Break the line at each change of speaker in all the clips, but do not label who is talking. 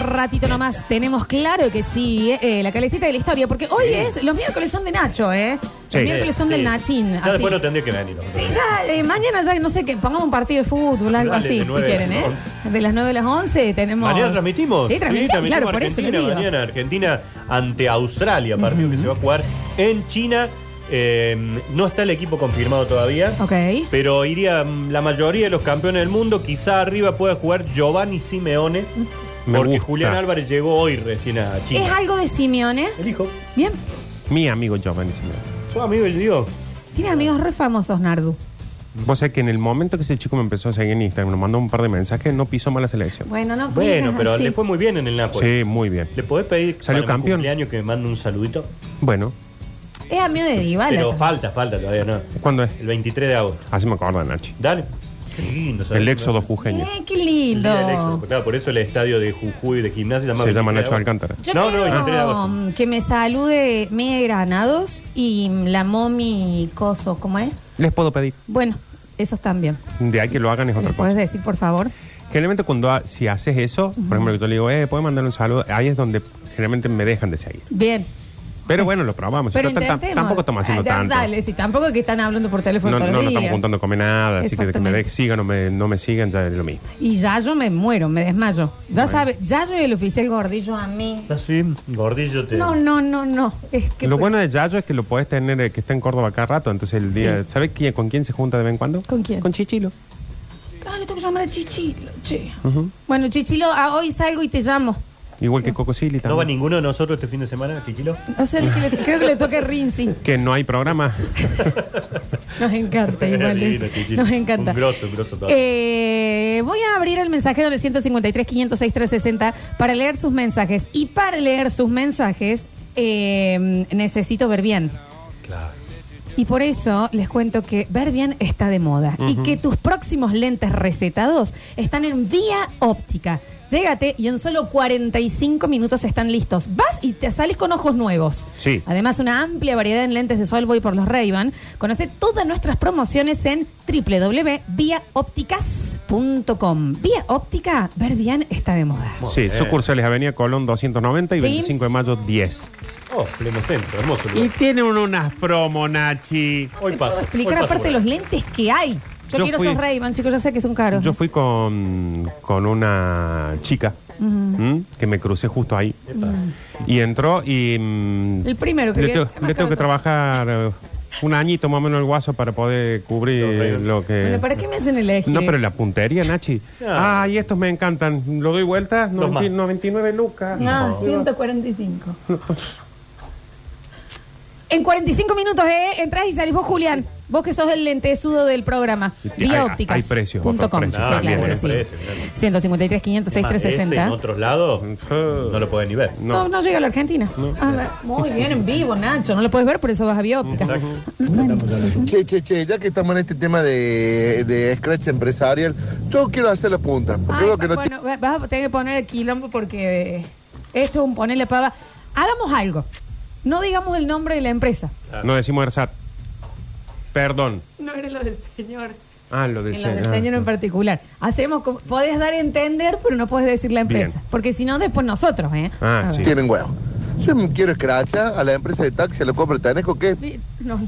ratito nomás. Tenemos claro que sí, eh, la calecita de la historia, porque hoy es, los miércoles son de Nacho, ¿eh? Los
Sí.
miércoles son del Nachín.
Ya
así.
después no tendría que venir.
Sí, ya, eh, mañana ya, no sé qué, pongamos un partido de fútbol, algo
Dale,
así,
de
si
nueve
quieren,
a
¿eh?
once.
De las 9 a las 11 tenemos...
Mañana transmitimos.
Sí, transmisión,
transmitimos
claro, por eso
Argentina,
les digo.
Mañana Argentina ante Australia, partido que se va a jugar en China. Eh, no está el equipo confirmado todavía.
Ok.
Pero iría mm, la mayoría de los campeones del mundo. Quizá arriba pueda jugar Giovanni Simeone.
Me
porque
gusta.
Julián Álvarez llegó hoy recién a
Es
China.
algo de Simeone.
El hijo.
Bien.
Mi amigo Giovanni Simeone.
Su amigo el Dios.
Tiene amigos re famosos, Nardu.
Vos sabés que en el momento que ese chico me empezó a seguir en Instagram, nos mandó un par de mensajes, no pisó mal la selección.
Bueno, no.
Bueno,
digas
pero
así.
le fue muy bien en el Napoli.
Sí, muy bien.
¿Le podés pedir
Salió
para mi
campeón.
cumpleaños que me mande un saludito?
Bueno,
Es amigo de Dybala.
Pero
también.
falta, falta todavía, ¿no?
¿cuándo es?
El 23 de agosto.
Así me acuerdo, Nachi.
Dale. Qué lindo, ¿sabes?
El éxodo jujeño.
Eh, qué
Sí,
lindo.
el éxodo. Claro, por eso el estadio de Jujuy de gimnasia
Se llama
23 de
Nacho
agosto.
Alcántara.
Yo
No, no,
quiero um,
23 de agosto.
que me salude Mía Granados y la Momi Coso, ¿cómo es?
Les puedo pedir.
Bueno, esos también.
De ahí que lo hagan es otra
¿Me puedes
cosa.
decir, por favor?
Generalmente cuando ha- si haces eso, por ejemplo, que yo le digo, eh, ¿puedes mandar un saludo? Ahí es donde generalmente me dejan de seguir.
Bien.
Pero bueno, lo probamos.
Pero
Total, tam-
intentemos.
tampoco estamos haciendo
Ah, ya,
tanto.
Dale, sí, tampoco es que están hablando por teléfono
No,
todo el
no nos
día.
estamos juntando a comer nada, así que de que me
Exactamente.
de- sigan o me- no me sigan ya es lo mismo.
Y ya yo me muero, me desmayo. Ya
Bueno.
sabe, ya yo y el oficial gordillo a mí.
Así, Ah, gordillo te.
No, no, no, no. Es que
Lo bueno de Yayo es que lo podés tener, eh, que está en Córdoba cada rato, entonces el día...
Sí.
¿Sabés quién, con quién se junta de vez en cuando?
¿Con quién?
Con Chichilo.
Ah, le tengo que llamar a Chichilo, che.
Ujú.
Bueno, Chichilo, ah, hoy salgo y te llamo.
Igual que Cocosili
¿No va
también.
ninguno de nosotros este fin de semana, Chiquilo?
O sea, que le- creo que le toque Rinzi.
que no hay programa.
Nos encanta, igual.
Divino,
eh.
Chichilo.
Nos encanta.
Un grosso, un grosso todo.
Eh, voy a abrir el mensajero de 153 506 360 para leer sus mensajes. Y para leer sus mensajes, eh, necesito ver bien.
Claro.
Y por eso les cuento que ver bien está de moda y que tus próximos lentes recetados están en Vía Óptica. Llégate y en solo 45 minutos están listos. Vas y te sales con ojos nuevos.
Sí.
Además, una amplia variedad en lentes de sol voy por los ray Conoce todas nuestras promociones en www.viaopticas.com. Vía Óptica, ver bien está de moda.
sí,
bien.
sucursales Avenida Colón 290 y
Sims.
25 de mayo 10.
Oh, pleno centro, hermoso.
Y
lugar.
tienen unas promo, Nachi.
Hoy
Puedo
pasa.
explicar aparte los lentes que hay. Yo,
Yo
quiero
fui-
esos ray chicos, yo sé que son caros.
Yo fui con, con una chica ¿m? que me crucé justo ahí. Y entró y... mm,
El primero que
le,
vi-
tengo-
más
le tengo que
caro
trabajar eh, un añito más o menos el guaso para poder
Los
cubrir
reyes.
lo que...
Bueno, ¿para qué me hacen elegir?
eh, No, pero la puntería, Nachi.
Ah.
Ay, estos me encantan. Lo doy vuelta,
Los
90
más.
99 lucas.
No, 145. En 45 minutos, ¿eh? Entrás y salís vos, Julián. Vos que sos el lentesudo del programa.
Sí, hay-
Vía
hay-
ópticas.
hay precios,
punto
otros
com.
precios
Sí,
también,
claro que
hay
sí.
precios, claro.
153, 506,
Además, ese En
360.
otros lados no lo podés ni ver.
No.
No.
no, llega a la Argentina. A ver, muy bien, en vivo, Nacho. No lo puedes ver, por eso vas a Vía óptica.
Che, che, che, ya que estamos en este tema de, de Scratch empresarial, yo quiero hacer la punta. Porque
Ay,
creo que no
bueno, va- vas a tener que poner el quilombo porque eh, esto es un ponerle pava. Hagamos algo. No digamos el nombre de la empresa.
No decimos ERSAT. Perdón.
No era lo del señor.
Ah, lo del
En los
se-
del
ah,
señor en particular. Hacemos, como- podés dar a entender, pero no podés decir la empresa.
Bien.
Porque si no, después nosotros, ¿eh?
Ah,
A
sí.
ver.
tienen huevo. Yo me quiero Scratch ¿ah? a la empresa de taxi, a la compra Tanesco, que es
Sí, No, no.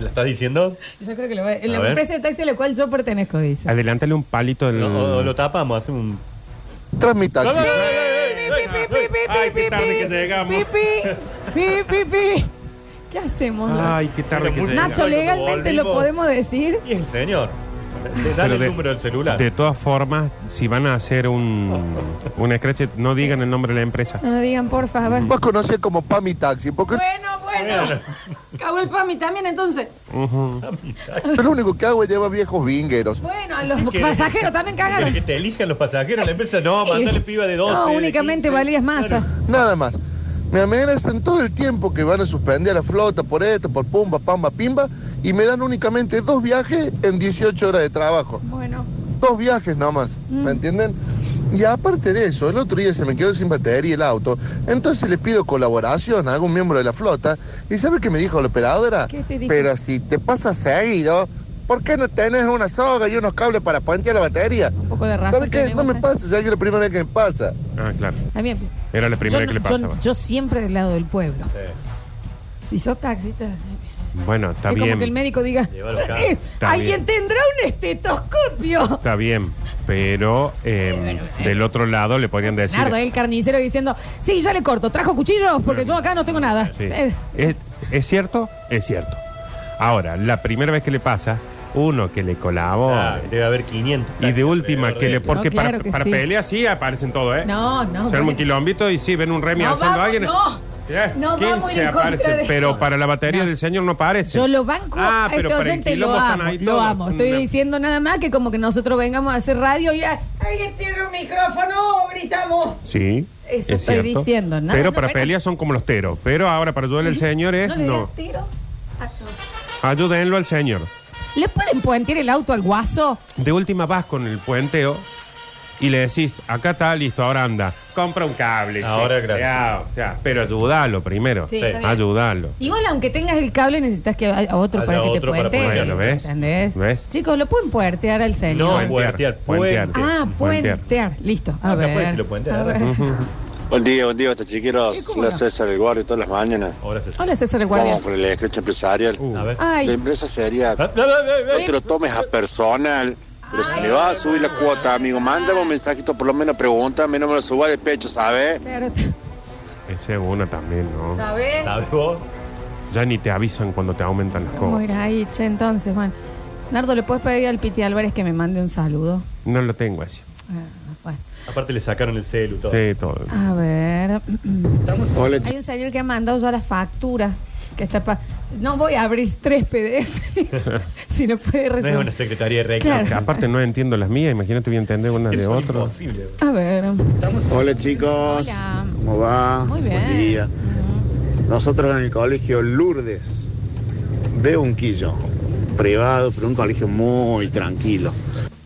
¿La estás diciendo?
Yo creo que lo va en La
ver.
empresa de taxi a la cual yo pertenezco, dice.
Adelántale un palito del.
No, o lo tapamos, hace un.
Transmitaxi.
No, no, no, no.
Ay, qué tarde que llegamos.
Pi, pi, pi, pi. ¿Qué hacemos?
Ay, qué tarde
Pero
que
muy-
llegamos.
Nacho,
Ay, cuando
legalmente lo
volvimos.
podemos decir.
Y el señor. Le dan
Pero
el
de-
número del celular.
De todas formas, si van a hacer un, un scratch, no digan el nombre de la empresa.
No me digan, por favor.
Vos conocés como Pami Taxi, porque
Bueno, bueno.
Bueno.
Cago el PAMI también, entonces.
Ujú.
yo lo único que hago es llevar viejos vingueros.
Bueno, a los
¿Qué
pasajeros
querés?
también
¿Querés
cagaron.
Que te elijan los pasajeros, la empresa no, mandale piba de 12.
No,
de
únicamente
15.
Valeria Massa.
Nada más. Me amenazan todo el tiempo que van a suspender a la flota por esto, por pumba, pamba, pimba, y me dan únicamente dos viajes en 18 horas de trabajo.
Bueno.
dos viajes nomás,
Mm.
¿me entienden? Y aparte de eso, el otro día se me quedó sin batería el auto, entonces le pido colaboración a algún miembro de la flota, y ¿sabe qué me dijo la operadora?
¿Qué te dijo?
Pero si te pasa seguido, ¿Por qué no tenés una soga y unos cables para puentear la batería?
Un poco de razón.
¿Sabes qué?
tenés,
No me
¿eh?
pasa, ya que es la primera vez que me pasa.
Ah, claro.
A mí me-
Era la primera
yo
que le
no- yo-
pasaba.
Yo siempre del lado del pueblo. Si sos taxista.
Bueno, está
es
bien.
como que el médico diga:
Llévalo acá.
"Eh,
Está
¿Alguien
bien.
tendrá un estetoscopio?
Está bien. Pero eh, del otro lado le podrían decir.
Nardo, el carnicero diciendo: Sí, ya le corto. ¿Trajo cuchillos? Porque yo acá no tengo nada.
Sí.
Eh,
¿Es, es cierto? Es cierto. Ahora, la primera vez que le pasa, uno que le colabore.
Ah, debe haber 500.
Oh. Y de última, que le.
No,
Porque
claro
para,
que
para
sí.
pelea sí aparecen todos, ¿eh?
No, no,
Se arma un
porque-
quilombito y sí, ven un remi
No,
alzando
vamos,
a alguien.
no.
¿Eh?
No, vamos en
15
contra
aparecen.
de-
Pero para la batería
No.
del señor no aparece.
Yo lo banco
Ah,
a
pero
este
para el
oyente y lo
quilombo están
amo,
ahí
lo
todos. Mm.
amo. Estoy
No.
diciendo nada más que como que nosotros vengamos a hacer radio y ah, alguien tiene un micrófono, gritamos.
Sí.
Eso
es
estoy
cierto.
diciendo, nada,
pero
no,
para
bueno.
peleas son como los teros. Pero ahora para ayudarle al señor
Eh,
es.
No le
No.
das tiro. Ah,
Ayúdenlo al señor.
no. ¿Le pueden puentear el auto al guaso?
De última vas con el puenteo y le decís, acá está, listo, ahora anda. Compra un cable.
Ahora,
sí.
claro.
Ya, o sea, pero ayúdalo primero.
Sí,
Sí.
está bien.
Ayúdalo.
Igual, aunque tengas el cable, necesitas que haya otro
Haya
para que te
otro para
puentee.
puentearlo,
¿ves?
¿Entendés?
¿Ves?
Chicos, lo pueden puentear al señor.
No, Ah, puentear,
ah, puentear. Listo. A
Acá
ver.
puede decirlo puentear,
A ver.
Buen día, buen día, hasta
Sí,
chiqueros.
cómo
La
no.
César, el guardia, todas las mañanas.
Ahora se
Hola, Ah. César el Guardia.
Vamos por el escrache empresarial.
Uh.
A ver.
La
Ay,
empresa sería,
Ah,
no
no, no, no, no.
te lo tomes a personal. Pero si me vas a subir la cuota, amigo, mándame un mensajito, por lo menos pregúntame, no me lo suba de pecho, ¿sabes?
claro.
Esa es una también, ¿no?
¿Sabés?
¿Sabes vos?
Ya ni te avisan cuando te aumentan las
¿Cómo
cosas.
era ahí, che? Entonces, bueno. Nardo, ¿le puedes pedir al Piti Álvarez que me mande un saludo?
No lo tengo así.
Ah, bueno.
Aparte le sacaron el celu todo.
Sí, todo.
A ver.
Hola,
Hay un señor que ha mandado ya las facturas. Que está pa- No voy a abrir tres PDF. si no puede
No es una
resolver.
secretaría de recleo.
Claro.
Que aparte no entiendo las mías, imagínate voy a entender una de
Eso es
otro.
imposible.
A ver.
Hola chicos,
Hola.
¿cómo va?
Muy bien.
Buen día. Nosotros en el colegio Lourdes de Unquillo, privado, pero un colegio muy tranquilo.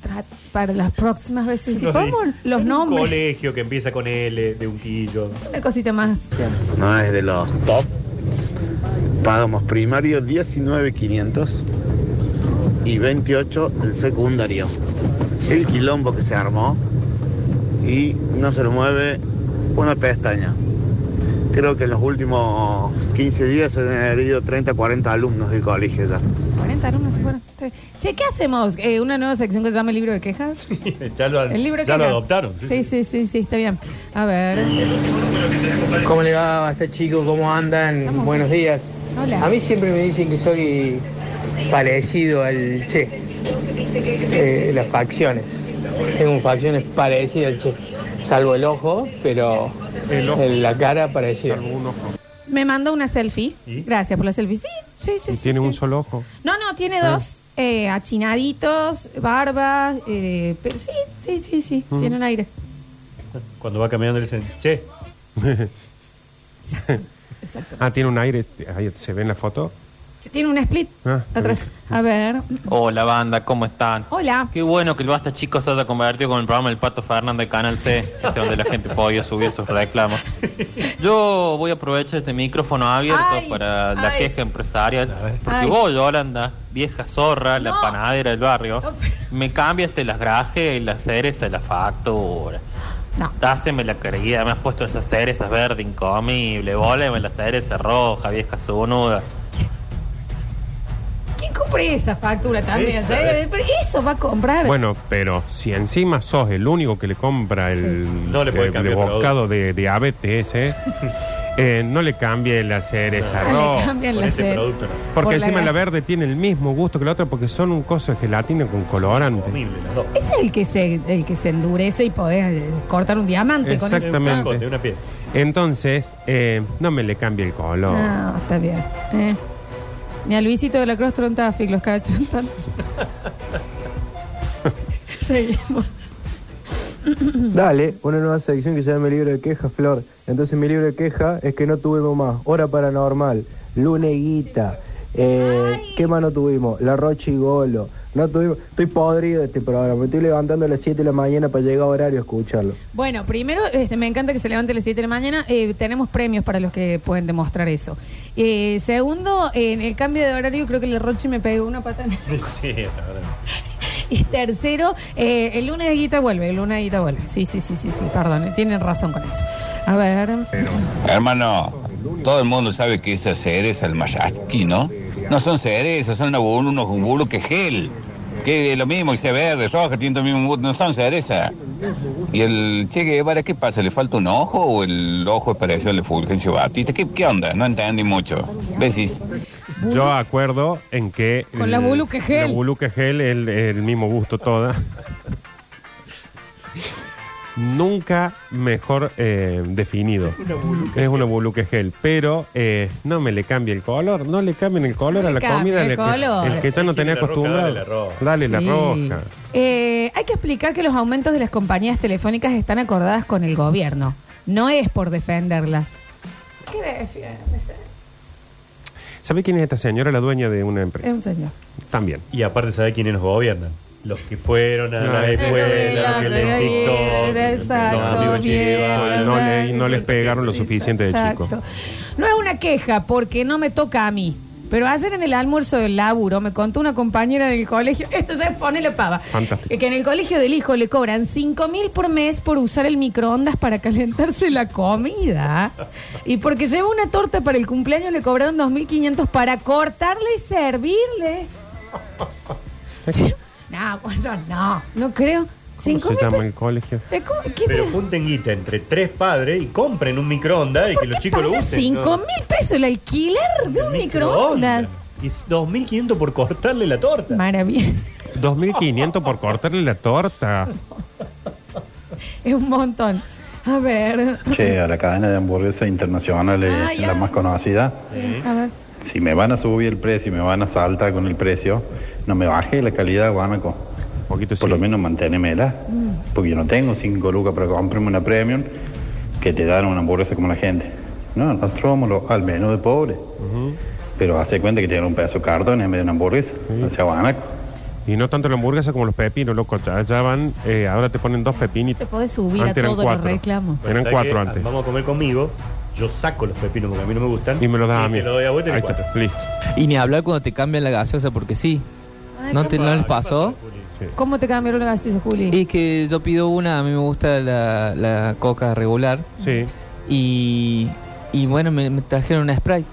Tra- Para las próximas veces. Si
No sé.
podemos los
Un
nombres.
colegio que empieza con L, de un quillo.
Una cosita más.
No es de los top. Pagamos primario 19,500 y 28 el secundario. El quilombo que se armó y no se lo mueve una pestaña. Creo que en los últimos 15 días se han herido 30, 40 alumnos del colegio ya.
40 alumnos. bueno, está bien. Che, ¿qué hacemos? Eh, una nueva sección que se llama el libro de quejas.
ya lo,
El libro de
ya lo
quejas.
adoptaron.
Sí, sí, sí, sí, está bien. A ver.
¿Cómo le va a este chico? ¿Cómo andan?
Estamos
Buenos días.
Hola.
A mí siempre me dicen que soy parecido al Che. Eh, las facciones. Tengo facciones parecidas al Che. Salvo el ojo, pero
El ojo.
la cara parecida.
Me manda una selfie.
¿Y?
Gracias por la selfie. Sí, sí, sí.
Y
sí,
tiene
sí.
un solo ojo.
No, no, tiene dos. eh, achinaditos, barba. eh, pero sí, sí, sí, sí. Tiene un aire.
Cuando va caminando le dicen, che,
Exacto.
Ah, tiene un aire. Ahí se ve en la foto.
Sí, Tiene un split.
Ah,
atrás. A ver.
Hola banda, ¿cómo están?
Hola.
Qué bueno que el Basta Chicos se haya convertido con el programa del Pato Fernández de Canal C, ese donde la gente podía subir sus reclamos. Yo voy a aprovechar este micrófono abierto
Ay,
para la
ay.
queja empresarial, porque
Ay.
vos, Yolanda, vieja zorra, la
No.
panadera del barrio,
No, pero-
me cambiaste las grajes y las cerezas, la factura.
No.
Dáseme la querida, me has puesto esas cerezas verde incomible, voleme la cereza roja, vieja sunuda.
¿Quién compra esa factura también?
Esa,
¿sabes? Pero eso va a comprar.
Bueno, pero si encima sos el único que le compra el,
No le puede
el
cambiar
bocado de diabetes, ¿eh? Eh, no le cambie la cereza
Ah, le
roja.
cambian
con
la
este
sed.
producto no.
Porque
Por la
encima la,
gra-
verde tiene el mismo gusto que la otra porque son un coso de gelatina con colorante.
Comible, las dos.
Ese es el que se, el que se endurece y podés eh, cortar un diamante con eso.
Exactamente.
Un corte, una piel.
Entonces, eh, no me le cambie el color.
No, Ah, está bien. Eh. Ni a Luisito de la Cruz Trontafic los cachontan. Seguimos. Mm.
Dale, una nueva sección que se llama Libro de Queja, Flor. Entonces mi libro de queja es que no tuvimos más. Hora paranormal, luneguita. Eh, ¿Qué más no tuvimos? La Rochi Golo. No tuvimos- estoy podrido de este programa. Me estoy levantando a las 7 de la mañana para llegar a horario a escucharlo.
Bueno, primero, este, me encanta que se levante a las 7 de la mañana. Eh, tenemos premios para los que pueden demostrar eso. Eh, segundo, en el cambio de horario, creo que el Roche me pegó una patada.
Sí, la verdad.
Y tercero, eh, el lunes de Guita vuelve, el lunes de Guita vuelve. Sí, sí, sí, sí, sí, perdón, eh, tienen razón con eso. A ver.
Eh,
Hermano, todo el mundo sabe que esa cereza, el mayaski, ¿no? No son cerezas, son abun- unos bulos que gel. Que es lo mismo, que sea verde, roja, tiene el mismo gusto, no son cerezas. ¿Y el Che Guevara qué pasa? ¿Le falta un ojo o el ojo es parecido al de Fulgencio Batista? ¿Qué, qué onda? No entendí mucho. Besis.
Yo acuerdo en que.
Con la bulu que gel.
La bulu que gel, el, el mismo gusto toda. Nunca mejor eh, definido. es una bulu que gel. Pero eh, no me le cambie el color. No le cambien el color
No
a
le
la
cambie
comida.
el
la que-
color.
el que yo no
Quiere
tenía
la roja, dale
acostumbrado.
la roja.
Dale la
Sí.
roja.
Eh, hay que explicar que los aumentos de las compañías telefónicas están acordadas con el gobierno. No es por defenderlas. ¿Qué defiendes?
¿Sabe quién es esta señora? La dueña de una
Es
empresa.
un señor.
También.
Y aparte, ¿sabe quiénes nos gobiernan? Los que fueron a la
Ay,
escuela,
la
los que les dictó.
Exacto,
los amigos
bien,
llevaron.
No
¿verdad?
le- no les pegaron lo suficiente de
Exacto.
chico.
No es una queja porque no me toca a mí. Pero ayer en el almuerzo del laburo me contó una compañera del colegio, esto ya es ponele pava,
Fantástico.
que en el colegio del hijo le cobran 5 mil por mes por usar el microondas para calentarse la comida. Y porque lleva una torta para el cumpleaños le cobraron 2.500 para cortarla y servirles. No, bueno, no, no creo.
¿Eh? ¿Cómo
¿Cinco
se
mil
llama
pe-
el colegio?
¿De Eh, cómo? ¿Qué
Pero eh,
pe-
junten guita entre tres padres y compren un microondas y que los chicos lo
pagas
usen.
cinco
¿no?
mil pesos el alquiler de un
El
microondas.
Y 2.500 por cortarle la torta.
Maravilla.
2.500 por cortarle la torta.
Es un montón. A ver.
Che, a la cadena de hamburguesas internacionales,
Ah, ya.
la más conocida,
A ver.
si me van a subir el precio y me van a saltar con el precio, no me baje la calidad, guanaco.
Un poquito sí.
Por lo menos manténemela. Porque yo no tengo 5 lucas para comprarme una premium que te dan una hamburguesa como la gente. No, nosotros somos los- al menos de pobre. Pero hace cuenta que tienen un pedazo de cartón en vez de una hamburguesa. O sea, guanaco.
Y no tanto la hamburguesa como los pepinos, loco. Ya, ya van, eh, ahora te ponen dos pepinitos.
Te podés subir a
eran
todos los
cuatro.
reclamos.
Bueno,
eran
¿sabes
cuatro
qué?
antes.
Vamos a comer conmigo. Yo saco los pepinos porque a mí no me gustan.
Y me los das a mí.
Te lo doy a vuelta y
Ahí
me
está,
cuatro.
listo.
Y ni hablar cuando te cambian la gaseosa porque sí. ¿No, te, no les pasó?
¿Cómo te cambiaron la gaseosa, Juli?
Y que yo pido una, a mí me gusta la, la coca regular.
Sí.
Mm.
Y, y bueno, me, me trajeron una Sprite.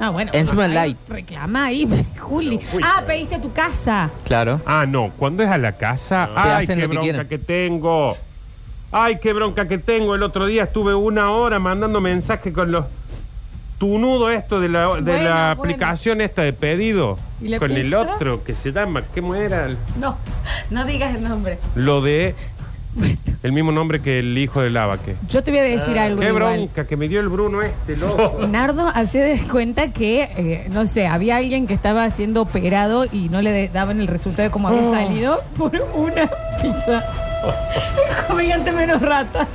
Ah, bueno.
Encima
ahí
light.
Reclama ahí, Juli.
Pero, uy,
Ah,
pero-
pediste a tu casa.
Claro.
Ah, no. Cuando es a la casa,
Ah.
Te
ay,
hacen
qué
lo que
bronca
quieren.
que tengo. Ay, qué bronca que tengo. El otro día estuve una hora mandando mensajes con los tunudo esto de la, de
Bueno,
la
bueno.
aplicación esta de pedido.
¿Y la
Con el
pizza?
otro que se llama, ¿qué muera?
No, no digas el nombre.
Lo de
Bueno,
el mismo nombre que el hijo del abaque.
yo te voy a decir
Ah,
algo.
Qué
igual.
bronca que me dio el Bruno este, loco.
Nardo hacía de cuenta que, eh, no sé, había alguien que estaba siendo operado y no le de- daban el resultado de cómo había
Oh.
salido por una pizza. Comediante menos rata.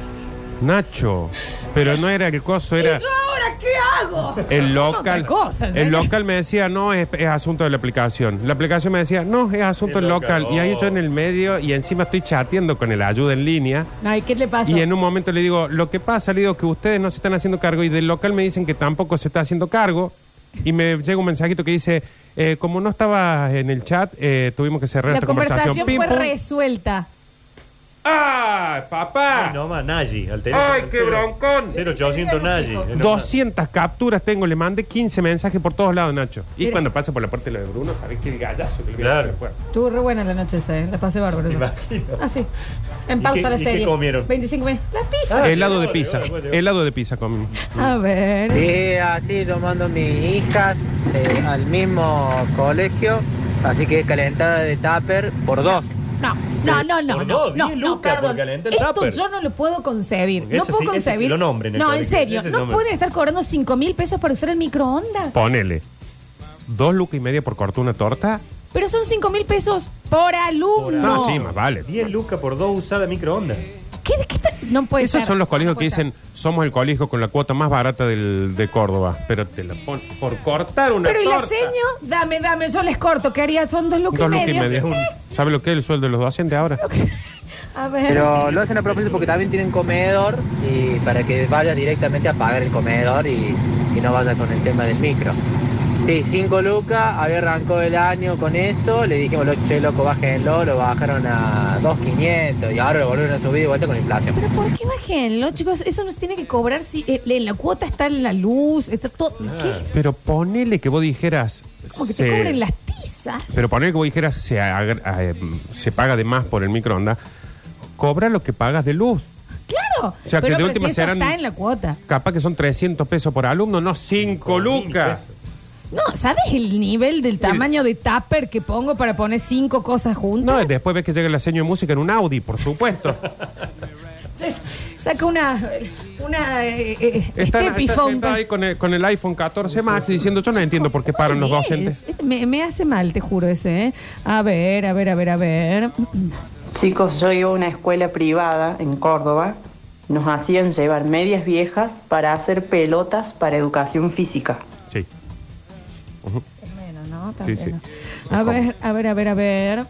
Nacho, pero no era el coso,
¿Y
era
yo ahora qué hago?
el
Otra
local.
cosa, ¿sabes?
el local me decía, no, es, es asunto de la aplicación. La aplicación me decía, no, es asunto
El
del
local,
local. Y ahí
oh.
yo en el medio y encima estoy chateando con el ayuda en línea.
Ay, ¿qué le pasó?
Y en un momento le digo, lo que pasa, le digo que ustedes no se están haciendo cargo y del local me dicen que tampoco se está haciendo cargo. Y me llega un mensajito que dice, eh, como no estaba en el chat, eh, tuvimos que cerrar
La
esta
conversación,
conversación. Pim,
fue
pum.
resuelta.
¡Ah, papá!
Ay, no más, Nayi. Al teléfono.
¡Ay, qué
Cero-
broncón!
0800 Nayi. Eh, no,
200 capturas tengo, le mandé 15 mensajes por todos lados, Nacho. Y
Mira.
cuando pasa por la puerta de lo de Bruno, sabés que el gallazo que le viene
Claro.
por la puerta.
Estuvo re buena la noche esa, ¿eh? La pasé bárbaro. yo.
imagino.
Ah, sí. En
¿Y
pausa
qué-
la
y qué
serie.
comieron?
25 mil. La pizza.
Ah,
helado de
llegó,
pizza,
llegó, llegó.
helado de pizza comimos.
A ver.
Sí, así lo mando mis hijas eh, al mismo colegio, así que calentada de tupper por dos.
No,
Eh,
no, no, no.
por
no,
dos,
no,
diez
no,
lucas
perdón.
por calentar el
Esto
tupper.
yo no lo puedo concebir.
Porque
no
ese
puedo
sí, ese que
concebir.
lo nombren en el
no, en
colegio,
serio.
ese
No
nombre.
pueden estar cobrando 5 mil pesos para usar el microondas.
Ponele. Dos lucas y media por cortar una torta.
Pero son 5 mil pesos por alumno.
No, sí, más vale.
no. 10 lucas por dos usadas microondas.
¿Qué, qué tal? No puede
Esos
ser.
son los colegios
No
que
puede ser.
dicen, somos el colegio con la cuota más barata del, de Córdoba. Pero te la pon por cortar una
Pero y la
torta.
seño, dame, dame, yo les corto, que haría son dos lucas
Dos
y
lucas y
medio.
medio. ¿Sabe lo que es el sueldo de los docentes ahora?
A ver.
Pero lo hacen a propósito porque también tienen comedor y para que vayas directamente a pagar el comedor y, y no vayas con el tema del micro. Sí, 5 lucas, había arrancado el año con eso, le dijimos, lo che, loco, bájenlo, lo bajaron a 2.500 y ahora lo volvieron a subir de vuelta con inflación.
Pero ¿por qué bájenlo, chicos? Eso nos tiene que cobrar si eh, en la cuota está la luz, está todo. ¿Qué?
Pero ponele que vos dijeras...
Como que
se-
te cobren las tizas.
Pero ponele que vos dijeras, se, agra- eh, se paga de más por el microondas. Cobra lo que pagas de luz.
Claro.
O sea, que
pero
de
pero
última
si eso
serán-
está en la cuota.
Capaz que son 300 pesos por alumno, no 5 lucas.
No, ¿sabes el nivel del tamaño de tupper que pongo para poner cinco cosas juntas?
No, y después ves que llega el diseño de música en un Audi, por supuesto.
Entonces, Saca una. Una. Eh, pues. eh,
Está, está
Steffi Fountain.
sentada ahí con el, con el iPhone 14 Max diciendo, yo no entiendo por qué paran los docentes.
Este Me, me hace mal, te juro ese, ¿eh? A ver, a ver, a ver, a ver.
Chicos, yo iba a una escuela privada en Córdoba. Nos hacían llevar medias viejas para hacer pelotas para educación física.
Sí.
Bueno, ¿no?
Sí,
También.
sí.
A ver, a ver, a ver, a ver.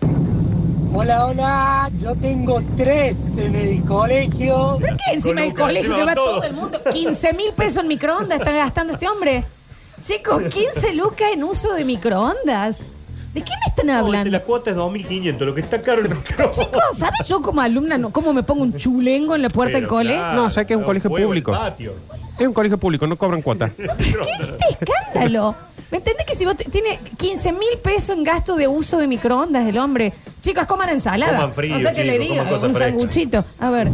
Hola, hola, yo tengo tres en el colegio.
¿Por qué encima del colegio que va todo el mundo? 15 mil pesos en microondas está gastando este hombre. Chicos, 15 lucas en uso de microondas. ¿De qué me están
Si
hablando?
la cuota es 2.500, lo que está caro es lo que
Chicos, ¿sabes yo como alumna no, cómo me pongo un chulengo en la puerta del cole?
no, o sea que es un colegio
huevo, el
público. Es un colegio público, no cobran cuota.
¡Qué escándalo! ¿Me entendés que si vos te- tiene 15 mil pesos en gasto de uso de microondas el hombre? Chicos, coman ensalada.
Coman frío,
o sea que le
chicos,
diga
coman cosas
un
frescas.
sanguchito. A ver.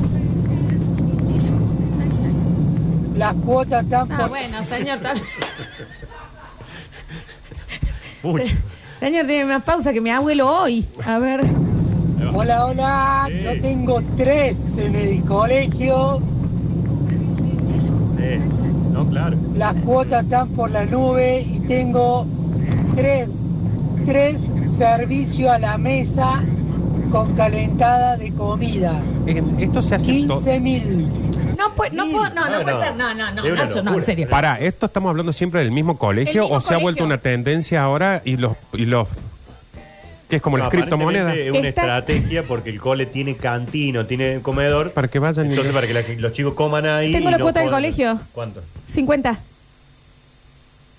Las cuotas están
Ah,
por-
bueno, señor. también.
Uy.
Señor, tiene más pausa que mi abuelo hoy. A ver.
Hola,
Ah,
hola, yo tengo tres en el colegio.
Eh, no, claro.
Las cuotas están por la nube y tengo tres, tres servicios a la mesa con calentada de comida.
Esto se hace todo.
15 mil.
No, puede, no, puedo, no, no,
No,
puede
no.
ser. No, no, no, Nacho, no, en serio.
Pará, ¿esto estamos hablando siempre del mismo colegio
El mismo
o se ha
colegio.
vuelto una tendencia ahora y los. Y los que es como las criptomonedas?
Aparentemente Es una estrategia porque el cole tiene cantino, tiene comedor.
Para que vayan
Entonces, para que la- los chicos coman ahí.
Tengo
y
la
no
cuota del
jodan.
colegio.
¿Cuánto?
50.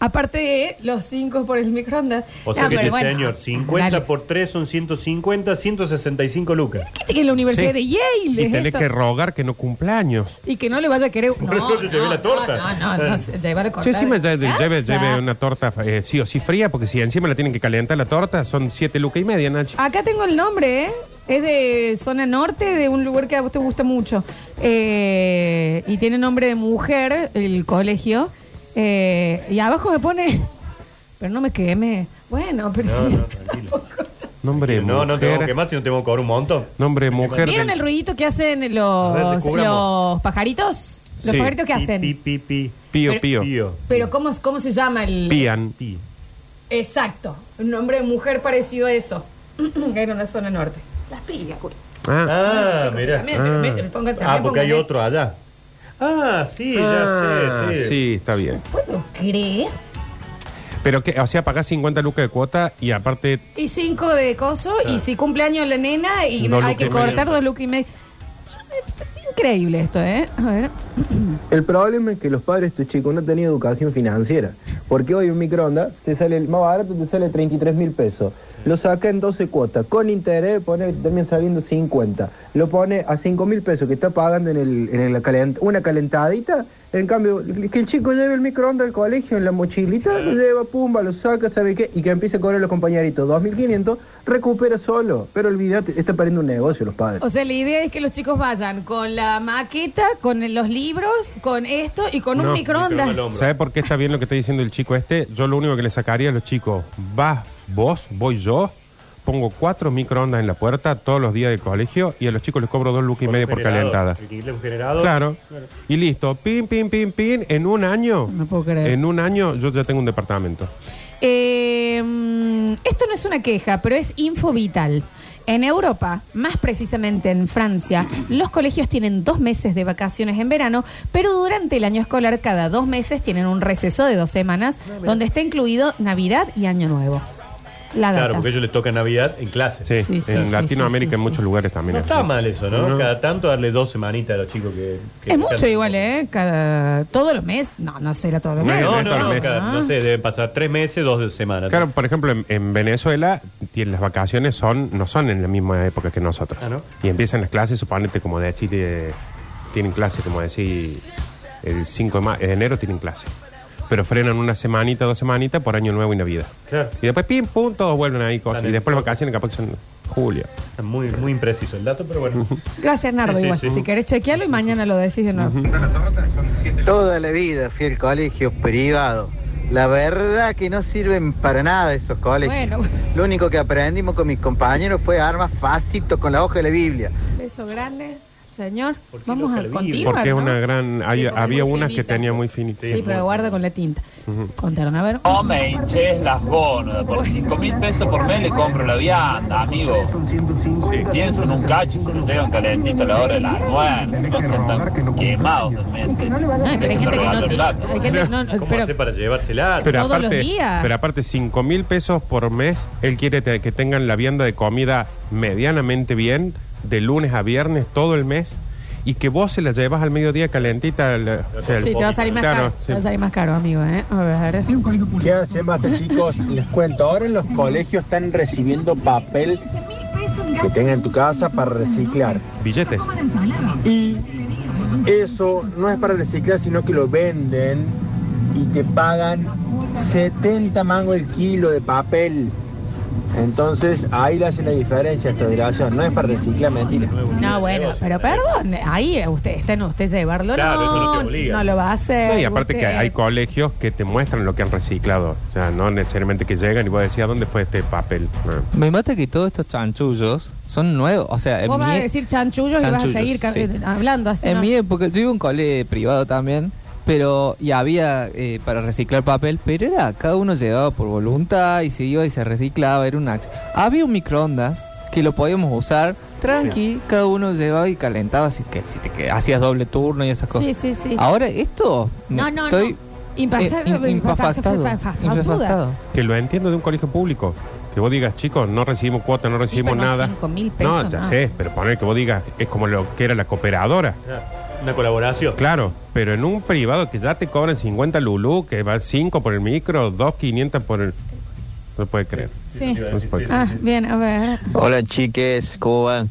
Aparte de los 5 por el microondas.
O sea
No,
que
Ah, pero
este
bueno.
señor, 50 por 3 son 150, 165 lucas.
Fíjate que en la Universidad
Sí.
de Yale.
Y
es
tenés
esto.
que rogar que no cumpla años.
Y que no le vaya a querer. No,
Por eso te llevé
no,
la torta.
No, no, no, no, llevar a
Sí,
cortar
encima
de
ya de-
casa.
lleve, lleve una torta eh, sí o sí fría, porque si encima la tienen que calentar la torta, son siete lucas y media, Nacho.
Acá tengo el nombre, ¿eh? Es de zona norte, de un lugar que a vos te gusta mucho. Eh, y tiene nombre de mujer, el colegio. Eh, y abajo me pone. Pero no me queme. Bueno, pero
No,
sí.
no, tranquilo.
Nombre de
No, no tengo que
mujer.
quemar, sino tengo que cobrar un montón.
Nombre de mujer.
¿Vieron
del-
el ruidito que hacen los,
A ver, descubramos.
los pajaritos? Los
Sí.
pajaritos que
Pi,
hacen.
Pi, pi, pi.
Pío,
Pero-
pío.
Pero ¿cómo, ¿cómo se llama el...?
Pían.
Exacto. Un nombre de mujer parecido a eso. que era en la zona norte. Las pías, güey.
Ah,
Chicos,
mira.
también, pero me- me pongan-
Ah,
también
porque hay
pongan-
otro allá. Ah, sí,
Ah,
ya sé, sí.
Sí, está bien.
¿Puedo creer?
Pero que, o sea, pagás 50 lucas de cuota y aparte
Y cinco de coso,
Ah.
Claro.
y si cumpleaños la nena, y
Dos
hay
lucas
que
y medio.
cortar dos lucas y medio. Increíble esto, ¿eh? A ver.
El problema es que los padres de estos chicos no tenían educación financiera. Porque hoy un microondas te sale el más barato, te sale 33 mil pesos. Lo saca en 12 cuotas. Con interés pone que te termina saliendo 50. Lo pone a 5 mil pesos que está pagando en, el, en la calent- una calentadita. En cambio, que el chico lleve el microondas al colegio en la mochilita, lo lleva, pumba, lo saca, ¿sabe qué? Y que empiece a cobrar los compañeritos 2.500, recupera solo. Pero olvídate, está perdiendo un negocio los padres.
O sea, la idea es que los chicos vayan con la maqueta, con los libros, con esto y con un microondas.
¿Sabe por qué está bien lo que está diciendo el chico este? Yo lo único que le sacaría a los chicos, vas vos, voy yo, pongo cuatro microondas en la puerta todos los días del colegio y a los chicos les cobro dos lucas y media por
Generador,
calentada.
alquiler, un generador.
Claro. Y listo, pin, pin, pin, pin, en un año.
No puedo creer.
En un año yo ya tengo un departamento.
Eh, mm, esto no es una queja, pero es info vital. En Europa, más precisamente en Francia, los colegios tienen dos meses de vacaciones en verano, pero durante el año escolar cada dos meses tienen un receso de dos semanas donde está incluido Navidad y Año Nuevo. La data.
Claro, porque a ellos les toca Navidad en clases.
Sí, Sí, sí, en sí, Latinoamérica sí, en sí, muchos sí. lugares también
No
es
está
así.
mal eso, ¿no?
No.
Cada tanto darle dos semanitas a los chicos que... que-
Es mucho
que-
igual, ¿eh? Cada, todos los meses. No, no será todos los
No,
meses.
no, no,
¿no?
no, cada- no sé, deben pasar tres meses, dos semanas.
Claro, por ejemplo, en, en Venezuela ti- las vacaciones son no son en la misma época que nosotros.
Ah, ¿no?
Y empiezan las clases, suponete, como decir, eh, tienen clases, como decir, el 5 de, ma- de enero tienen clases. Pero frenan una semanita, dos semanitas por Año Nuevo y Navidad.
Claro.
Y después, pim, pum, todos vuelven ahí cosas.
Dale.
Y después las vacaciones capaz que son julio.
Muy, muy impreciso el dato, pero bueno.
Gracias, Nardo.
Sí, sí,
igual.
sí.
Si querés chequearlo y mañana lo decís de nuevo.
Toda la vida fui al colegio privado. La verdad que no sirven para nada esos colegios.
Bueno, bueno.
Lo único que aprendimos con mis compañeros fue armas facitos con la hoja de la Biblia.
Beso grande, señor. Vamos a continuar.
Porque es
¿no?
una gran. hay-
porque
había
muy
unas que
finita. pues.
tenía muy finitas.
Sí, pero guarda con la tinta. Contaron, a ver.
No me hinches las bonas. Por 5 mil pesos por mes le compro la vianda, amigo. Piensen un cacho y se lo llevan calentito a la hora del almuerzo. No sean tan quemados de mente.
No, hay gente que no tiene. hay gente- no, no,
¿Cómo
pero
hace para llevársela?
Pero
Todos
aparte,
los días.
Pero aparte, 5 mil pesos por mes, él quiere te- que tengan la vianda de comida medianamente bien, de lunes a viernes, todo el mes, y que vos se la llevas al mediodía calentita. al- o sea, el-
Sí, te va a salir más
Claro,
caro.
sí.
Te va a salir más caro, amigo, ¿eh? A ver.
¿Qué hacen basta chicos? Les cuento, ahora en los colegios están recibiendo papel que tenga en tu casa para reciclar.
Billetes.
Y eso no es para reciclar, sino que lo venden y te pagan 70 mangos el kilo de papel. Entonces ahí le hacen la diferencia a esta delegación. No es para reciclar, mentira.
No, bueno, pero perdón. Ahí eh, usted está en usted llevarlo.
Claro,
no,
eso no te obliga.
no lo va a hacer.
No, y aparte que
usted.
hay colegios que te muestran lo que han reciclado. O sea, no necesariamente que llegan y vos decís, ¿a dónde fue este papel? No.
Me mata que todos estos chanchullos son nuevos. O
eh,
sea, en
Vos vas a
mi-
decir chanchullos, y vas a
Chanchullos,
seguir ca-
sí.
eh, hablando así.
En
¿no?
mi época, yo iba a un cole privado también, pero y había eh, para reciclar papel, pero era cada uno llevaba por voluntad y se iba y se reciclaba, era un acto. Había un microondas que lo podíamos usar tranqui, cada uno llevaba y calentaba, así que si te que- hacías doble turno y esas cosas.
Sí, sí, sí.
Ahora esto me-
No, no,
estoy
no. Impasar-
eh, in- impafactado,
impafactado.
impafactado.
Que lo entiendo de un colegio público. Que vos digas, chicos, no recibimos cuota, no recibimos
pero no
nada.
5.000 pesos,
no, ya
no.
sé, pero poner que vos digas, es como lo que era la cooperadora.
Una colaboración.
Claro, pero en un privado que ya te cobran 50 lulú, que va 5 por el micro, 2, 500 por el... No se puede creer.
Sí.
No se puede
Ah,
creer.
bien, a ver.
Hola chiques, ¿cómo van?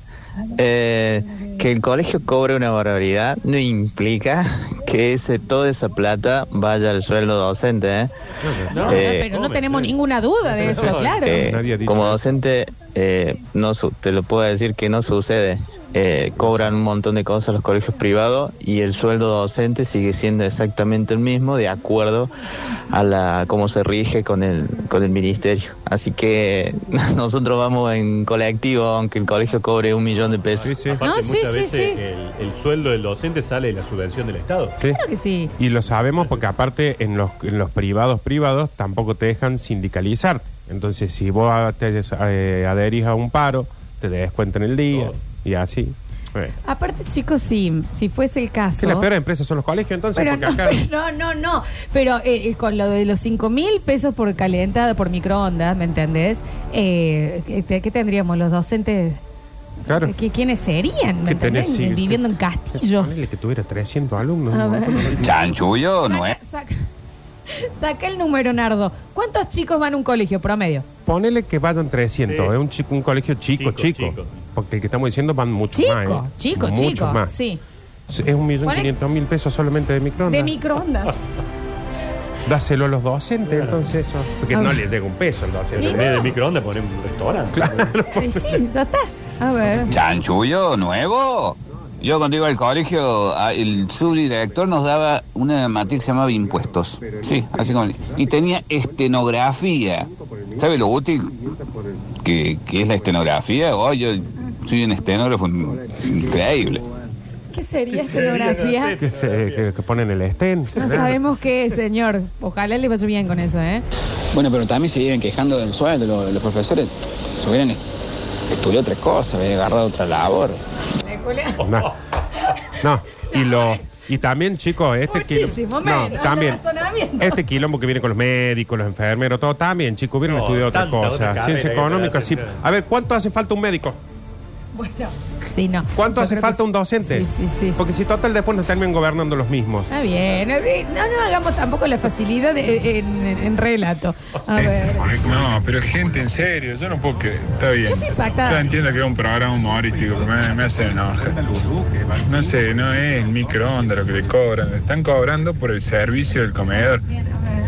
Eh, que el colegio cobre una barbaridad no implica que ese, toda esa plata vaya al sueldo docente. ¿eh?
No,
Eh,
pero no tenemos ninguna duda de eso, claro.
eh, como docente, eh, no su- te lo puedo decir que no sucede. Eh, cobran un montón de cosas los colegios privados y el sueldo docente sigue siendo exactamente el mismo de acuerdo a la cómo se rige con el con el ministerio. Así que nosotros vamos en colectivo aunque el colegio cobre un millón de pesos.
Aparte,
No, sí,
muchas
sí,
veces
sí.
El, el sueldo del docente sale de la subvención del Estado.
Sí.
Claro que sí.
Y lo sabemos porque aparte en los, en los privados privados tampoco te dejan sindicalizarte. Entonces si vos a- te des- eh, adherís a un paro, te descuentan el día y así. Eh.
Aparte, chicos, si, si fuese el caso.
Que las peores empresas son los colegios entonces.
Pero
porque
no,
acá-
pero no, no, no. Pero eh, eh, con lo de los 5 mil pesos por calentada, por microondas, ¿me entendés? Eh, ¿qué, qué tendríamos los docentes?
Claro.
¿Qué- ¿Quiénes serían? ¿Me
¿Qué tenés?
entendés?
Sí,
Viviendo en castillos.
Ponele que tuviera 300 alumnos.
A
un
ver.
montón.
Chanchullo, no eh? es.
Saca, saca el número, Nardo. ¿Cuántos chicos van a un colegio promedio?
Ponele que vayan 300. Es un, chico, un colegio chico, chico, Porque el que estamos diciendo van muchos más.
Chicos,
¿eh?
chicos,
Muchos
chicos.
más.
Sí.
Es un millón
Ponele-
quinientos mil pesos solamente de microondas.
De microondas.
Dáselo a los docentes, entonces. eso. Porque
A
no
ver.
les llega un peso al docente.
Y En vez no. de
microondas poner un restaurante. Claro.
Eh, sí, ya está. A ver.
¿Chanchullo nuevo? Yo cuando iba al colegio, a- el subdirector nos daba una materia que se llamaba impuestos. Sí, así como... Y tenía estenografía. ¿Sabe lo útil que, que es la estenografía? Oh, yo soy un estenógrafo in- increíble.
¿Qué sería
¿Qué sería? No
escenografía?
Que, se- que- que ponen el estén.
No sabemos qué es, señor. Ojalá le vaya bien con eso, ¿eh?
Bueno, pero también se viven quejando del sueldo los, los profesores. Se hubieran estudiado otra cosa, hubieran agarrado otra labor.
No. No. Y lo y también, chicos, este quilombo.
Muchísimo
No,
menos, el
también.
razonamiento.
Este quilombo que viene con los médicos, los enfermeros, todo también, chicos, hubieran
No,
estudiado otra
tanta otra
cosa.
carrera
Ciencia
que le
económica,
hacen,
sí.
claro.
A ver, ¿cuánto hace falta un médico?
Bueno. Sí, no.
¿Cuánto
Yo
hace
creo que
falta un docente?
Sí, sí, sí. Ah.
Porque si total después nos terminan gobernando los mismos.
Está bien. No, no hagamos tampoco la facilidad de- en, en- en relato. A ver.
No, pero gente, en serio, yo no puedo creer. Está bien.
Yo estoy impactada.
Yo entiendo que es un programa humorístico, pero me, me hace enojar. No sé, no es el microondas lo que le cobran. Le están cobrando por el servicio del comedor.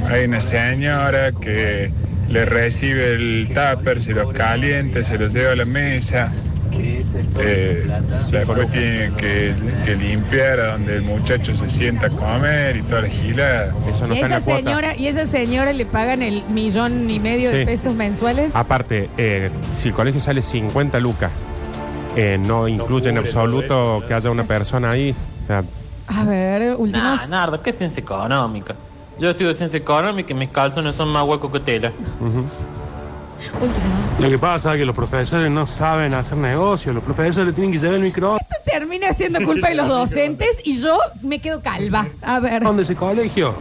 Hay una señora que Eh, le recibe el tupper, se lo calienta, se lo lleva a la mesa. Eh, después tiene que, que limpiar a donde el muchacho se sienta a comer y toda la gilada. Eso
y, esa señora, y esa señora le pagan el millón y medio de
Sí.
pesos mensuales.
Aparte, eh, si el colegio sale 50 lucas, eh, no incluye en
cubre todo
absoluto que haya una persona ahí. O sea,
A ver, últimos.
Nah, Nardo, ¿qué ciencia económica? Yo estudio ciencia económica y mis calzones son más huecos que tela.
Lo que pasa es que los profesores no saben hacer negocios, los profesores tienen que llevar el microondas
Esto termina siendo culpa de los docentes y yo me quedo calva. A ver.
de ese colegio.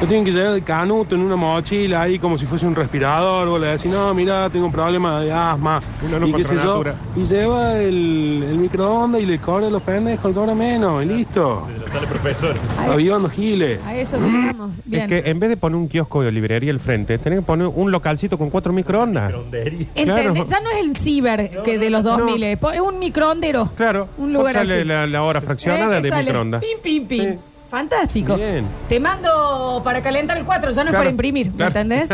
Lo tienen que llevar de canuto en una mochila ahí como si fuese un respirador, vos le decís, no, mira, tengo un problema de asma.
no
y qué
contra
sé yo.
natura.
Y lleva el, el microondas y le cobra a los pendejos, le cobra menos, y listo.
Sale profesor.
Avionos giles.
A eso llegamos. Bien.
Es que en vez de poner un kiosco de librería al frente, tenés que poner un localcito con cuatro microondas.
Entendé,
Claro.
Ya no es el ciber que de los 2000, es po- es un microondero.
Claro.
Un lugar
Sale
así.
La, la hora fraccionada
Eh, que
de
sale.
microondas.
Pim, pim, pim. Fantástico.
Bien.
Te mando para calentar el 4, ya no es
Claro,
para imprimir, ¿me
claro.
entendés?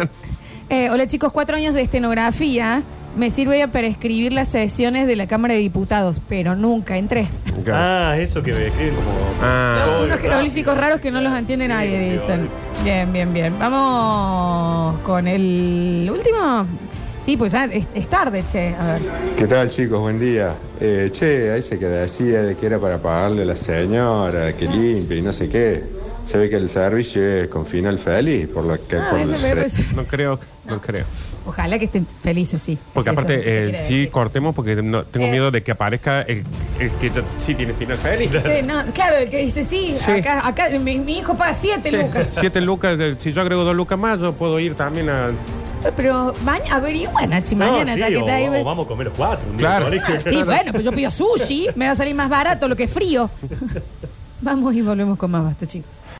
Eh, hola chicos, cuatro años de estenografía me sirve para escribir las sesiones de la Cámara de Diputados, pero nunca entré.
Ah, eso que me escriben como.
Ah.
Son
Todo
unos
rápido.
jeroglíficos raros que no los entiende nadie, dicen. Bien, bien, bien. Vamos con el último. Sí, pues ya es, es tarde, che. A ver.
¿Qué tal chicos? Buen día. Eh, che, ahí se que decía de que era para pagarle a la señora,
Ah.
que limpie y no sé qué. Se ve que el servicio es con final feliz, por lo que...
Ah,
por
eso
el
me
fre-
parece.
No creo, no creo.
Ojalá que estén felices, sí.
Porque
Sí,
aparte,
eso se
eh,
quiere
sí, cortemos porque no- tengo
Eh.
miedo de que aparezca el, el que ya sí tiene final feliz.
Sí, no, claro, el que dice, sí,
Sí.
acá, acá mi, mi hijo paga siete lucas.
Siete lucas, eh, si yo agrego dos lucas más, yo puedo ir también a...
Pero van a averiguar, Nachi,
No,
mañana,
sí,
ya que está ahí.
o- o
Vamos a comer los cuatro. un día
Claro.
en el
Ah,
colegio.
sí, bueno, pues yo pido sushi, me va a salir más barato lo que es frío. Vamos y volvemos con más basta, chicos.